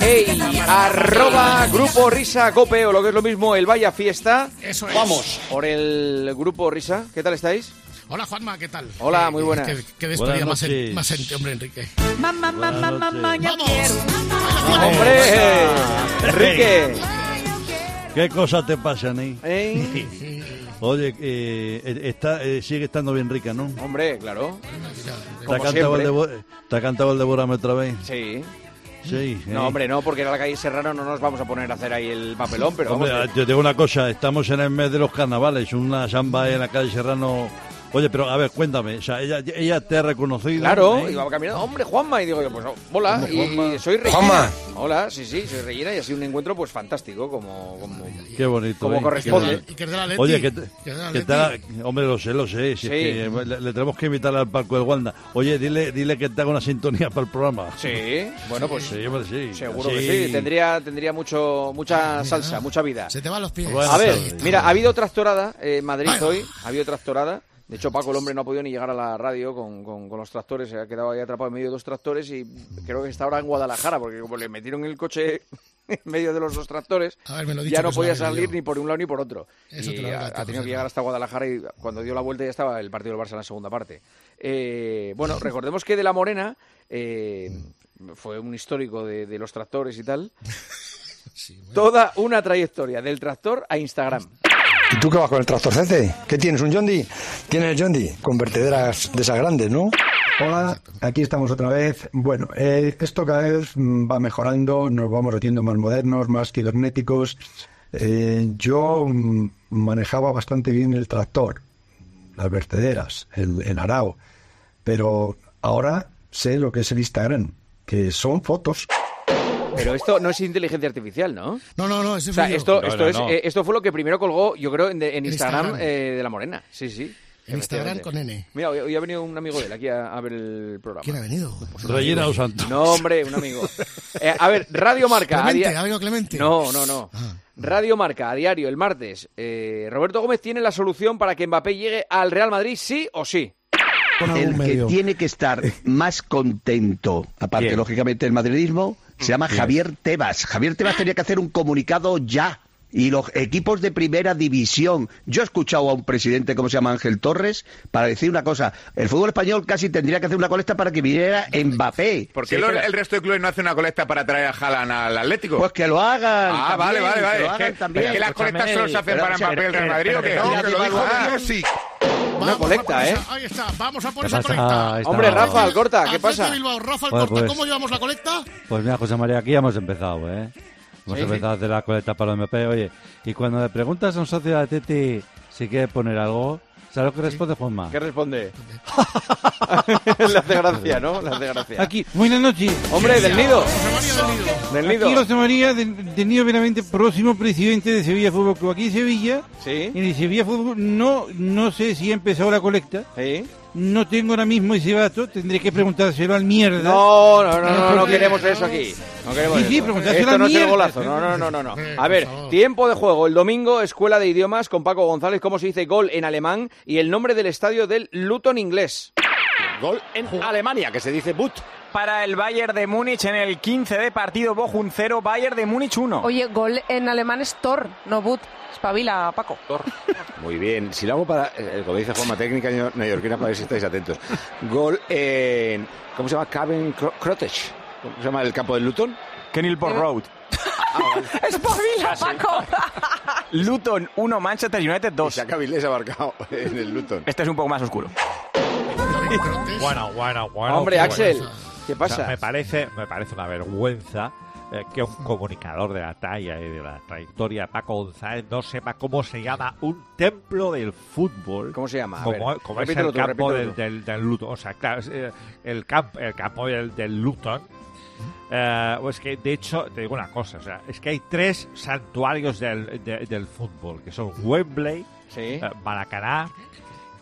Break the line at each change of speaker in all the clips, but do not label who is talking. Hey, arroba Grupo Risa Cope, o lo que es lo mismo, el Vaya Fiesta.
Eso es.
Vamos por el Grupo Risa. ¿Qué tal estáis?
Hola Juanma, ¿qué tal?
Hola, muy buenas.
Qué, qué Eh, despedida
Buenas
más, en,
noches.
más en- hombre, Enrique.
Mamá, mamá, mamá, yo
¡Vamos!
quiero.
¡Hombre! ¡Enrique!
¿Qué cosas te pasan ahí?
¿Eh?
Oye, eh, eh, está, eh, sigue estando bien rica, ¿no? Te
Hombre, claro.
ha
Como
cantado el
siempre.
Devo- ¿Te ha cantado el Devorame otra vez?
Sí.
Sí. eh.
No, hombre, no, porque era la calle Serrano, no nos vamos a poner a hacer ahí el papelón, pero vamos. eh,
Hombre, te digo una cosa, estamos en el mes de los carnavales, una samba en la calle Serrano. Oye, pero a ver, cuéntame, o sea, ella, ella te ha reconocido.
Claro,
¿eh?
iba caminando, hombre, Juanma, y digo yo, pues no, hola, y, y soy Regina.
Juanma.
Hola, sí, sí, soy Regina, y ha sido un encuentro pues fantástico, como... como...
Qué bonito.
Como
¿eh?
corresponde.
Qué
Y que es de la Leti.
bonito. Oye, que, te-
Que es de la
que
Leti.
tal- hombre, lo sé, lo sé. si es
Sí.
que le, le tenemos que invitar al palco del Wanda. Oye, dile, dile que te haga una sintonía para el programa.
Sí, bueno, pues
Sí, hombre, sí.
seguro que sí, tendría, tendría mucho, mucha salsa, mucha vida.
Se te van los pies.
Bueno,
A ver,
Sí.
mira, ha habido tractorada eh, en Madrid
Bueno.
hoy, ha habido tractorada. De hecho, Paco, el hombre, no ha podido ni llegar a la radio con, con- con los tractores, se ha quedado ahí atrapado en medio de dos tractores y creo que está ahora en Guadalajara, porque como le metieron el coche en medio de los dos tractores,
A ver, me lo he dicho
ya no
que se
podía
lo digo
salir
yo.
ni por un lado ni por otro.
Eso
Y
te lo digo
ha,
a ti,
ha tenido
José.
que llegar hasta Guadalajara y cuando dio la vuelta ya estaba el partido del Barça en la segunda parte. Eh, bueno, recordemos que de la Morena eh, fue un histórico de- de los tractores y tal. Toda una trayectoria del tractor a Instagram.
¿Y tú qué vas con el tractorcete? ¿Qué tienes? ¿Un Yondi? Tienes el Yondi con vertederas de esas grandes, ¿no?
Hola, aquí estamos otra vez. Bueno, eh, esto cada vez mm, va mejorando, nos vamos haciendo más modernos, más cibernéticos. Eh, yo mm, manejaba bastante bien el tractor, las vertederas, el, el arao, pero ahora sé lo que es el Instagram, que son fotos.
Pero esto no es inteligencia artificial, ¿no?
No, no, no, ese
O sea,
fui yo.
esto,
No,
esto,
no,
es,
no.
eh, esto fue lo que primero colgó, yo creo, en, de- en
En
Instagram,
Instagram.
eh, de La Morena. Sí, sí.
En Instagram
Efectivamente.
con N.
Mira, hoy, hoy ha venido un amigo de él aquí a, a ver el programa.
¿Quién ha venido?
Pues Rellena o santo.
No, hombre, un amigo. Eh, a ver, Radio Marca. a
Clemente,
dia-
ha venido Clemente.
No, no, no.
Ah.
Radio Marca, a diario, el martes. eh, Roberto Gómez tiene la solución para que Mbappé llegue al Real Madrid, sí o sí.
Con algún
El que
medio.
tiene que estar más contento, aparte,
Bien.
lógicamente, del madridismo, se llama Javier Tebas. Javier Tebas tenía que hacer un comunicado ya. Y los equipos de primera división. Yo he escuchado a un presidente, como se llama Ángel Torres, para decir una cosa. El fútbol español casi tendría que hacer una colecta para que viniera Mbappé.
¿Por qué
Sí,
lo-
pero-
el resto de clubes no hace una colecta para traer a Haaland al Atlético?
Pues que lo hagan.
ah, vale,
también,
vale,
Que
vale.
lo
Es
hagan
que,
también.
es que las colectas solo se hacen
Pero,
para
pero,
Mbappé del Real
pero,
Madrid, ¿o qué?
pero,
No, que lo
pero,
dijo
pero,
Messi.
Vamos a por
colecta,
esa-
¿eh?
Ahí está, vamos a por
¿Qué
esa
pasa? Ah, Ahí
colecta.
está.
Hombre, Rafa, Alcorta, ¿qué
Atleti
pasa?
Bilbao, Rafa
Joder,
Alcorta,
pues.
¿cómo llevamos la colecta?
Pues mira, José María, aquí ya hemos empezado, ¿eh? Hemos
Sí,
empezado a hacer la coleta para los MP. Oye, y cuando le preguntas a un socio de Atleti si quiere poner algo, ¿sabes lo que responde Juanma?
¿Qué responde? Le hace gracia, ¿no? Le hace gracia.
Aquí, buenas noches.
Hombre, del nido.
José María del Nido.
Del
Aquí
nido.
José María del del Nido Benavente, próximo presidente de Sevilla Fútbol Club. Aquí en Sevilla,
Sí.
en el Sevilla Fútbol, no, no sé si ha empezado la colecta.
Sí.
No tengo ahora mismo ese dato, tendré que preguntárselo al mierda.
No, no, no, no, no queremos eso aquí. No queremos
Sí, sí,
eso.
preguntárselo
Esto
a
no es el
mierda.
golazo. No, no, no, no, no.
Eh,
A
por
ver,
favor.
tiempo de juego. El domingo, Escuela de Idiomas con Paco González, cómo se dice gol en alemán y el nombre del estadio del Luton inglés.
Gol en Alemania, que se dice But.
Para el Bayern de Múnich en el 15 de partido, Bochum 0, Bayern de Múnich 1.
Oye, gol en alemán es Thor, no But. Espabila, Paco.
Muy bien, si lo hago para, eh, como dice forma técnica neo- neoyorquina, para ver si estáis atentos. Gol en, ¿cómo se llama? Caven Cro- Cottage. ¿Cómo se llama el campo del Luton?
Por Road. Espabila, Paco.
Luton 1, Manchester United 2.
Isaac Avilés ha marcado en el Luton.
Este es un poco más oscuro.
Bueno, bueno, bueno.
Hombre,
qué
Axel,
vergüenza.
¿qué
O sea,
pasa?
me, parece, me parece una vergüenza eh, que un comunicador de la talla y de la trayectoria de Paco González no sepa cómo se llama un templo del fútbol.
¿Cómo se llama? A
Como,
ver,
como es
repítelo
el
tú,
campo
repítelo
del, del, del Luton. O sea, claro, es, eh, el, camp- el campo del, del Luton. Eh, pues que, de hecho, te digo una cosa. O sea, es que hay tres santuarios del, de- del fútbol, que son Wembley,
Sí.
eh, Maracaná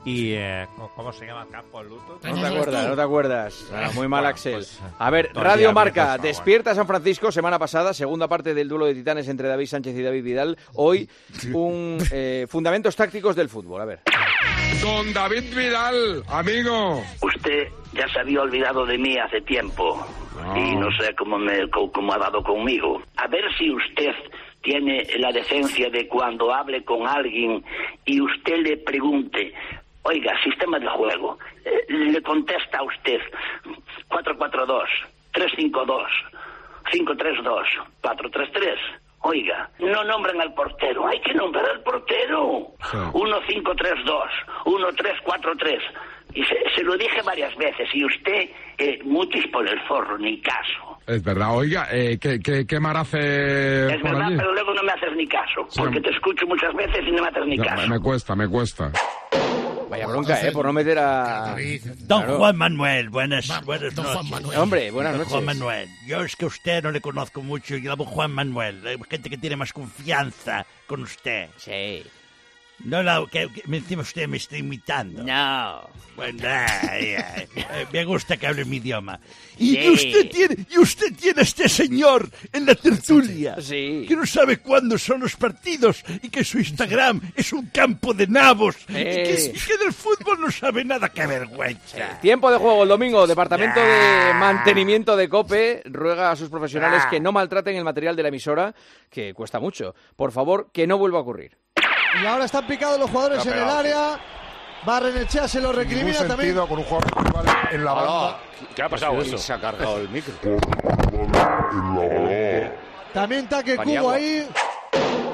y eh, ¿cómo se llama el campo el Luto?
No te acuerdas, no te acuerdas. Ah, muy mal,
Bueno,
Axel.
pues,
A ver,
todavía
Radio
me pasa,
Marca,
bueno.
despierta San Francisco, semana pasada, segunda parte del duelo de titanes entre David Sánchez y David Vidal. Hoy, un eh, fundamentos tácticos del fútbol. A ver.
Don David Vidal, amigo. Usted ya se había olvidado de mí hace tiempo y no sé cómo, me, co- cómo ha dado conmigo. A ver si usted tiene la decencia de cuando hable con alguien y usted le pregunte, oiga, sistema de juego, eh, le contesta a usted 442, 352, 532, 433. Oiga, no nombran al portero, hay que nombrar al portero. 1532, 1343. Y se, se lo dije varias veces y usted, eh, mutis por el forro, ni caso.
Es verdad, oiga, eh, ¿qué, qué, qué mar hace
Es
por
verdad,
allí?
pero luego no me haces ni caso, porque te escucho muchas veces y no me haces ni
No,
caso.
me cuesta, me cuesta.
Vaya bronca, ¿eh? Por no meter a...
Don
Claro.
Juan Manuel, buenas, buenas noches.
Hombre, buenas
Don
noches.
Juan Manuel, yo es que a usted no le conozco mucho, yo llamo Juan Manuel, hay gente que tiene más confianza con usted. Sí. No, la, que, que- me encima usted me está imitando. No. Bueno, ay, ay, eh, me gusta que hable mi idioma. Y
Sí.
usted tiene, y usted tiene a este señor en la tertulia.
Sí.
Que no sabe cuándo son los partidos y que su Instagram es un campo de nabos. Y, que,
Eh.
y que del fútbol no sabe nada. ¡Qué vergüenza!
Tiempo de juego el domingo. Departamento de Mantenimiento de COPE ruega a sus profesionales que no maltraten el material de la emisora, que cuesta mucho. Por favor, que no vuelva a ocurrir.
Y ahora están picados los jugadores
Lo ha
en el
pegado.
área. Barrenechea se lo
Ningún
recrimina
sentido
también.
con un jugador rival en la
banda. ¿Qué ha pasado
Pues
eso?
Se ha cargado el micro.
También taque cubo
Paniagua.
ahí.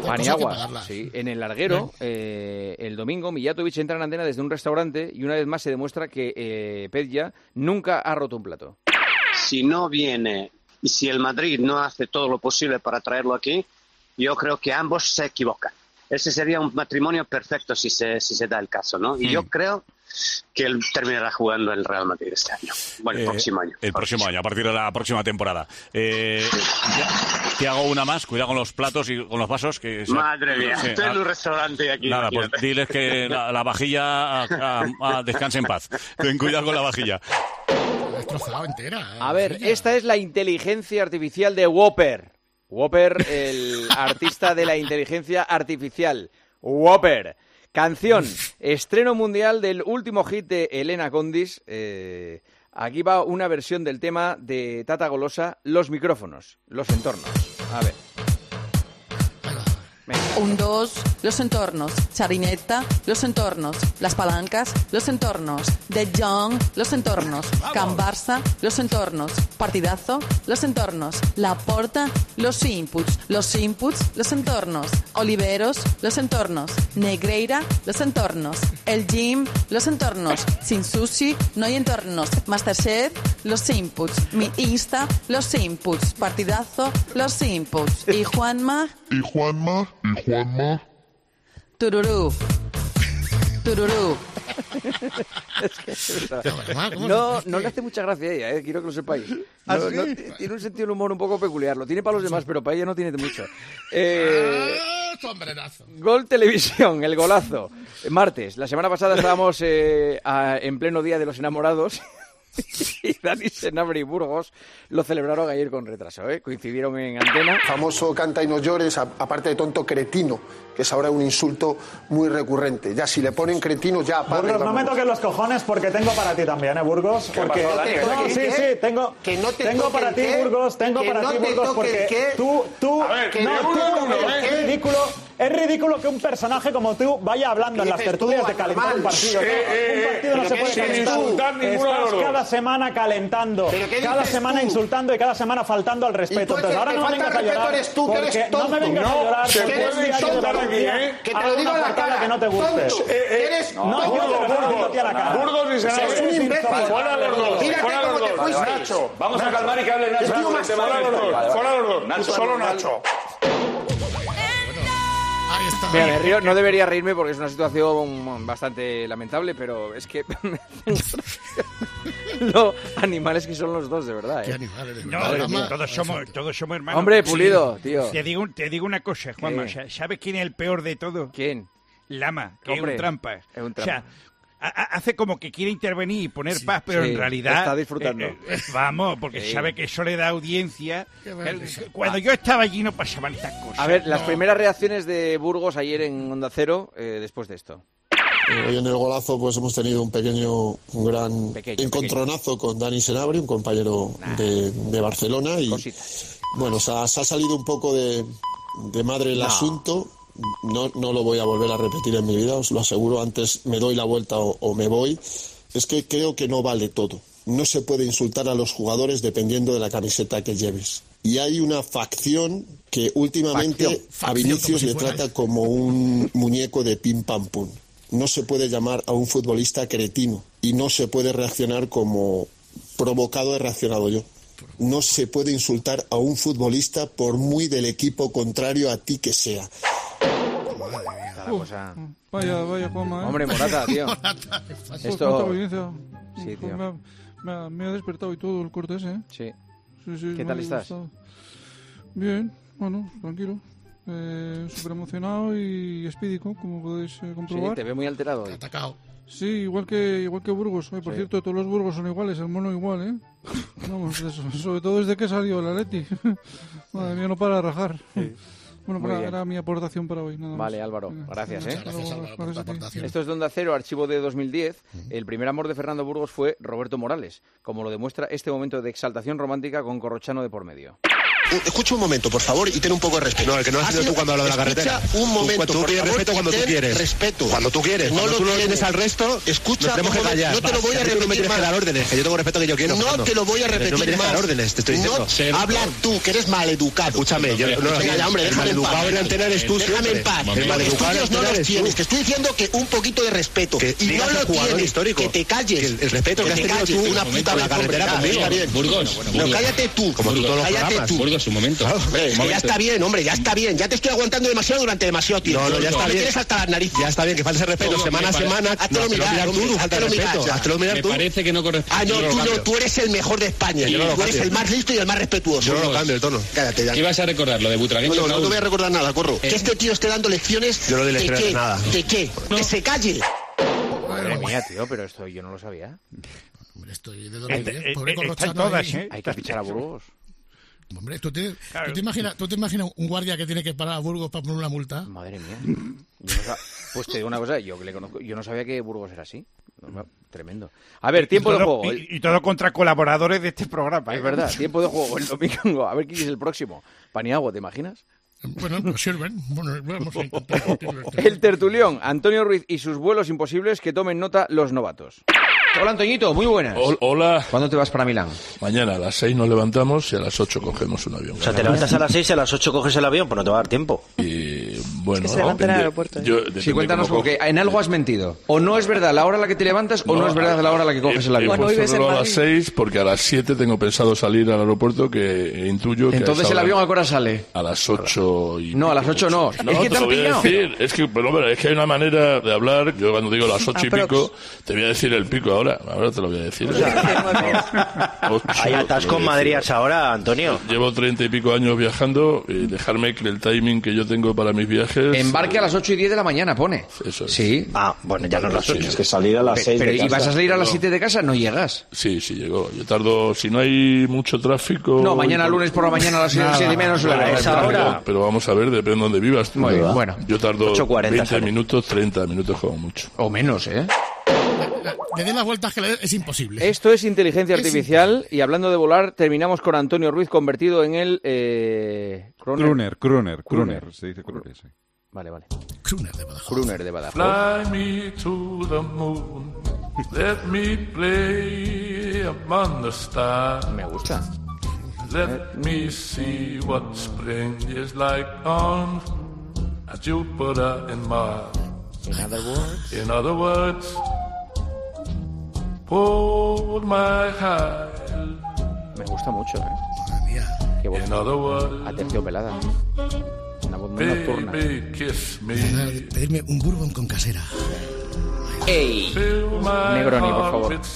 Paniagua, sí. En el larguero, eh, el domingo, Mijatovic entra en antena desde un restaurante y una vez más se demuestra que eh, Pedja nunca ha roto un plato.
si no viene y si el Madrid no hace todo lo posible para traerlo aquí, yo creo que ambos se equivocan. Ese sería un matrimonio perfecto si se, si se da el caso, ¿no?
Hmm.
Y yo creo que él terminará jugando en el Real Madrid este año. Bueno, el
Eh,
próximo año.
El próximo año, a partir de la próxima temporada. Eh, ya- te hago una más, cuidado con los platos y con los vasos. Que se-
Madre mía,
Sí,
estoy
ah,
en un restaurante aquí.
Nada, pues
imagínate.
diles que la, la vajilla ah, ah, ah, descanse en paz. Ten cuidado con la vajilla.
Destrozado entera. A ver, esta es la inteligencia artificial de Whopper. Whopper, el artista de la inteligencia artificial. Whopper. Canción, estreno mundial del último hit de Elena Condis. Eh, aquí va una versión del tema de Tata Golosa, los micrófonos, los entornos. A ver.
Un, dos, los entornos. Charineta, los entornos. Las palancas, los entornos. De Jong, los entornos. Can Barça, los entornos. Partidazo, los entornos. La Porta, los inputs. Los inputs, los entornos. Oliveros, los entornos. Negreira, los entornos. El gym, los entornos. Sin sushi, no hay entornos. Masterchef, los inputs. Mi Insta, los inputs. Partidazo, los inputs. Y Juanma,
Y Juanma, y Juanma.
Tururú. Tururú.
No, no le hace mucha gracia a ella, eh, quiero que lo sepáis. No,
¿Ah, sí?
no, t- tiene un sentido del humor un poco peculiar, lo tiene para los demás, pero para ella no tiene mucho. Eh, Gol Televisión, el golazo. Martes, la semana pasada estábamos eh, a- en pleno Día de los Enamorados. Y Dani Senabre y Burgos lo celebraron ayer con retraso, ¿eh? coincidieron en antena.
Famoso canta y no llores, a- aparte de tonto cretino, que es ahora un insulto muy recurrente. Ya si le ponen cretino, ya apaga y
Burgos, no
vámonos.
me toques los cojones porque tengo para ti también, ¿eh, Burgos? Porque
pasó, Dani?
No,
¿Qué?
sí, sí, tengo,
Que no te
tengo
toque
para
el
ti,
qué,
Burgos, tengo
que
para
no
ti,
te
Burgos,
toque el
porque
qué.
tú, tú,
A ver, que
no,
de
tú,
uno en uno,
es
¿eh?
ridículo, es ridículo que un personaje como tú vaya hablando en las
dices tú,
tertulias de calentar un
Armand?
partido.
Eh, eh,
Un partido no
eh,
se puede
pero ¿qué dices
calentar.
tú? Dar ninguno de los
Estás
dos.
cada semana calentando,
¿Pero qué
cada
dices
semana
tú?
insultando y cada semana faltando al
Y
respeto.
tú el
Entonces
que
ahora
te
no me vengas a
falta el respeto
llorar
eres tú, que eres
porque no me
tonto.
vengas a
No,
llorar
se
porque
puede
un día
insultar
llorar un
aquí,
día,
¿eh? Que te lo
haz
digo
una
en la
patada
cara.
que no te guste.
Tonto. Eh, eh, Eres
No,
tonto.
yo te lo digo
Burgos,
a ti a la cara.
Burgos y Sanabria. Eres un imbécil. Fuera los dos, Mírate fuera los cómo te dos. fuiste. Vale, vale. Nacho. Vamos a calmar y que hable Nacho. Yo digo más fuera los dos, fuera los dos. Solo Nacho.
Ahí está.
Mira, me río, no debería reírme porque es una situación bastante lamentable, pero es que me hacen gracia lo animales que son los dos, de verdad. ¿eh?
No,
Madre mía.
todos somos, todos somos hermanos.
Hombre, Pulido, tío.
Te digo, te digo una cosa, Juanma.
¿Qué?
o sea, ¿Sabes quién es el peor de todo?
¿Quién?
Lama, que
Hombre,
es un trampa.
es un
O sea,
trampa.
ha- ha- hace como que quiere intervenir y poner paz, pero
sí,
en realidad.
está disfrutando.
eh, vamos, porque
Sí.
sabe que eso le da audiencia.
Qué maravilla.
Cuando yo estaba allí no pasaban estas cosas.
A ver, las
No.
primeras reacciones de Burgos ayer en Onda Cero, eh, después de esto.
Eh, Hoy en el golazo pues hemos tenido un pequeño, un gran
Pequeño,
encontronazo con Dani Senabri, un compañero de, de Barcelona. Y bueno, se ha, se ha salido un poco de, de madre el
No.
asunto. No, no lo voy a volver a repetir en mi vida, os lo aseguro. Antes me doy la vuelta o, o me voy. Es que creo que no vale todo. No se puede insultar a los jugadores dependiendo de la camiseta que lleves. Y hay una facción que últimamente
Facción,
a
facción, como
Vinicius
si
le
fuera-
trata como un muñeco de pim pam pum. No se puede llamar a un futbolista cretino y no se puede reaccionar como provocado he reaccionado yo. No se puede insultar a un futbolista por muy del equipo contrario a ti que sea.
la cosa.
Vaya, vaya coma, ¿eh?
Hombre, Morata, tío.
Morata,
Esto-
Pues cuánta violencia.
Sí,
Pues
tío.
Me ha, me ha- me ha despertado y todo el corte ese, ¿eh?
Sí.
Sí, sí,
¿Qué
me
tal
ha
estás?
gustado. Bien, bueno, tranquilo. Eh, Súper emocionado y espídico, como podéis eh,
Sí,
comprobar.
te veo muy alterado. hoy.
Sí, igual que igual que Burgos. Oye, por
Sí.
cierto, todos los Burgos son iguales, el mono igual, ¿eh? Vamos, de eso. sobre todo desde que salió el Atleti. Madre mía, no para de rajar. Bueno,
Muy
para-
bien.
era mi aportación para hoy. Nada
Vale,
más.
Álvaro,
Venga,
gracias,
venga,
¿eh?
hasta luego, gracias a ti.
Esto es de Onda Cero, archivo de 2010. El primer amor de Fernando Burgos fue Roberto Morales, como lo demuestra este momento de exaltación romántica con Corrochano de por medio.
Eh, Escucha un momento, por favor, y ten un poco de respeto.
No, que no has
Ha
sido tú cuando hablas de la
escucha
carretera.
un
Tú-
momento,
tú
por
pides
favor,
respeto cuando tú
ten
quieres.
Respeto.
Cuando tú quieres.
No
Cuando
lo
tú no lo
tienes.
tienes al resto,
Escucha,
nos tenemos que
un momento,
callar.
No te lo
Vas,
voy a
que tú
repetir
no me tienes
más.
que dar órdenes, que yo tengo respeto que yo quiero,
No
Fernando.
te lo voy a
No me
repetir
tienes que
más.
dar órdenes, te estoy diciendo.
No, habla tú, que eres maleducado. Escúchame,
yo- no,
Venga, ya, hombre, déjame en
el
paz.
maleducado en antena eres tú
Déjame
siempre.
en paz.
El maleducado en
Estudios no
antena
los
eres tú.
tienes. Que estoy diciendo que un poquito de respeto.
Que
y no
digas al
lo
jugador
tienes.
histórico.
Que te calles.
Que el- el respeto que has
te
tenido
calles
tú
una
un
puta
momento,
vez,
la carretera
hombre,
conmigo.
está bien.
Burgos,
No,
Burgos.
cállate tú.
Como tú todos los
cállate
programas.
tú.
Burgos, un momento.
Claro, hombre,
Un
que ya
momento.
está bien, hombre, ya está bien. Ya te estoy aguantando demasiado durante demasiado tiempo. No, no, ya está Me bien. tienes hasta las narices. Ya está bien, que falta el respeto Todo, semana a me pare- semana. No, Hazte lo hazte lo mirar, mirar hombre, tú, falta de hazte lo respeto. mirar ya. Hazte lo mirar Me tú. parece que no corresponde. Ah, no, Yo no tú lo no, cambio. tú eres el mejor de España. Yo no lo tú eres cambio. el más listo y el más respetuoso. Yo no lo cambio, el tono. Cállate ya. ¿Qué vas a recordar? ¿Lo de Butragueño? No, no, no Raúl? voy a recordar nada, corro. Que este tío esté dando lecciones. Yo no doy lecciones qué? de nada. ¿De qué? Que se calle.
Madre mía, tío, pero esto yo no lo sabía.
Hombre, estoy de
Eh,
dormir.
eh,
Pobre
eh,
Corrochano
están todas,
ahí.
¿eh? Hay que fichar a Burgos.
Hombre, ¿tú te, tú te imaginas, ¿tú te imaginas un guardia que tiene que parar a Burgos para poner una multa?
Madre mía. Yo no sa- pues te digo una cosa, yo que le conozco, yo no sabía que Burgos era así. No, Tremendo. A ver, tiempo
Y todo-
de juego.
Y, y todo contra colaboradores de este programa.
Es verdad, tiempo de juego el domingo. A ver quién es el próximo. Paniagua, ¿te imaginas?
Bueno, pues sirven. Bueno, vamos a intentar.
El tertulión, Antonio Ruiz y sus vuelos imposibles que tomen nota los novatos. Hola Antoñito, muy buenas.
Hola.
¿Cuándo te vas para Milán?
Mañana a las 6 nos levantamos y a las 8 cogemos un avión.
O sea, te levantas a las 6 y a las 8 coges el avión, pues no te va a dar tiempo.
Y bueno,
se levantan en el aeropuerto, ¿eh?
yo-
Sí,
depende
Sí, cuéntanos
cómo
porque en algo has mentido. O no es verdad la hora a la que te levantas o no, es verdad la hora a eh, la que coges el
cojo.
avión.
He puesto solo a las 6 porque a las 7 tengo pensado salir al aeropuerto que intuyo que... a
Entonces
esa
el
hora-
avión a qué hora sale.
A las 8 y...
No, a las 8 no. es que te han
lo voy a
pillado.
decir. Es que, pero, hombre, es que hay una manera de hablar. Yo cuando digo las 8 y
Aprox.
pico, te voy a decir el pico ahora. Ahora te lo voy a decir.
Pues
Hay atasco en Madrid a esa hora, Antonio.
Llevo treinta y pico años viajando y dejarme que el timing que yo tengo para mis viajes.
Embarque a las 8 y 10 de la mañana, pone.
Eso es.
Sí.
Ah, bueno, ya no las ocho.
Tienes que salir a las
Pe- seis de pero, ¿y casa. vas a salir a las siete de casa? No llegas.
Sí, sí, llegó. Yo tardo, si no hay mucho tráfico. pues
No, mañana lunes por la mañana a las siete,
Nada.
siete y media no suele haber. A esa
Pero-
hora.
Pero vamos a ver, depende de dónde vivas.
Muy bien, bueno.
Yo tardo
8:40
20
sale.
minutos, 30 minutos como mucho.
O menos, ¿eh?
Le den las vueltas que le den, es imposible.
Esto es inteligencia
Es
artificial y hablando de volar, terminamos con Antonio Ruiz convertido en el... Eh, Kroner.
Kruner, Kruner,
Kruner.
Kruner. Se dice Kruner, sí.
Vale, vale. Kruner de Badajoz. Kruner de Badajoz.
Fly me to the moon. Let me play among the stars.
Me gusta.
Let me see what spring is like on Jupiter and Mars.
In other words,
in other words, hold my hand.
Me gusta mucho, ¿eh? Qué voz.
In other words,
Atención pelada. Una voz muy nocturna.
baby, kiss me.
Pedirme un bourbon con casera.
¡Ey! Negroni, por favor.
Toca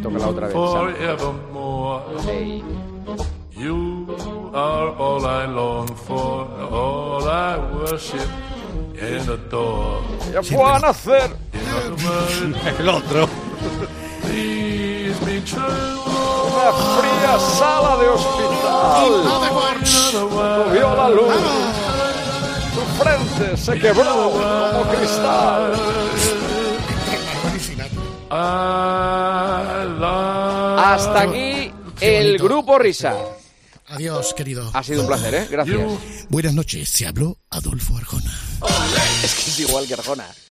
Tócala otra vez,
Hey. You are all I long for, all I worship,
in the door.
Ya fue a nacer.
El otro.
Please be true.
Una fría sala de hospital. No vio la luz. Su frente se quebró como cristal.
Hasta aquí el grupo Risa.
Adiós, querido.
Ha sido un placer, ¿eh? Gracias.
Buenas noches, se habló Adolfo Arjona.
Es que es igual que Arjona.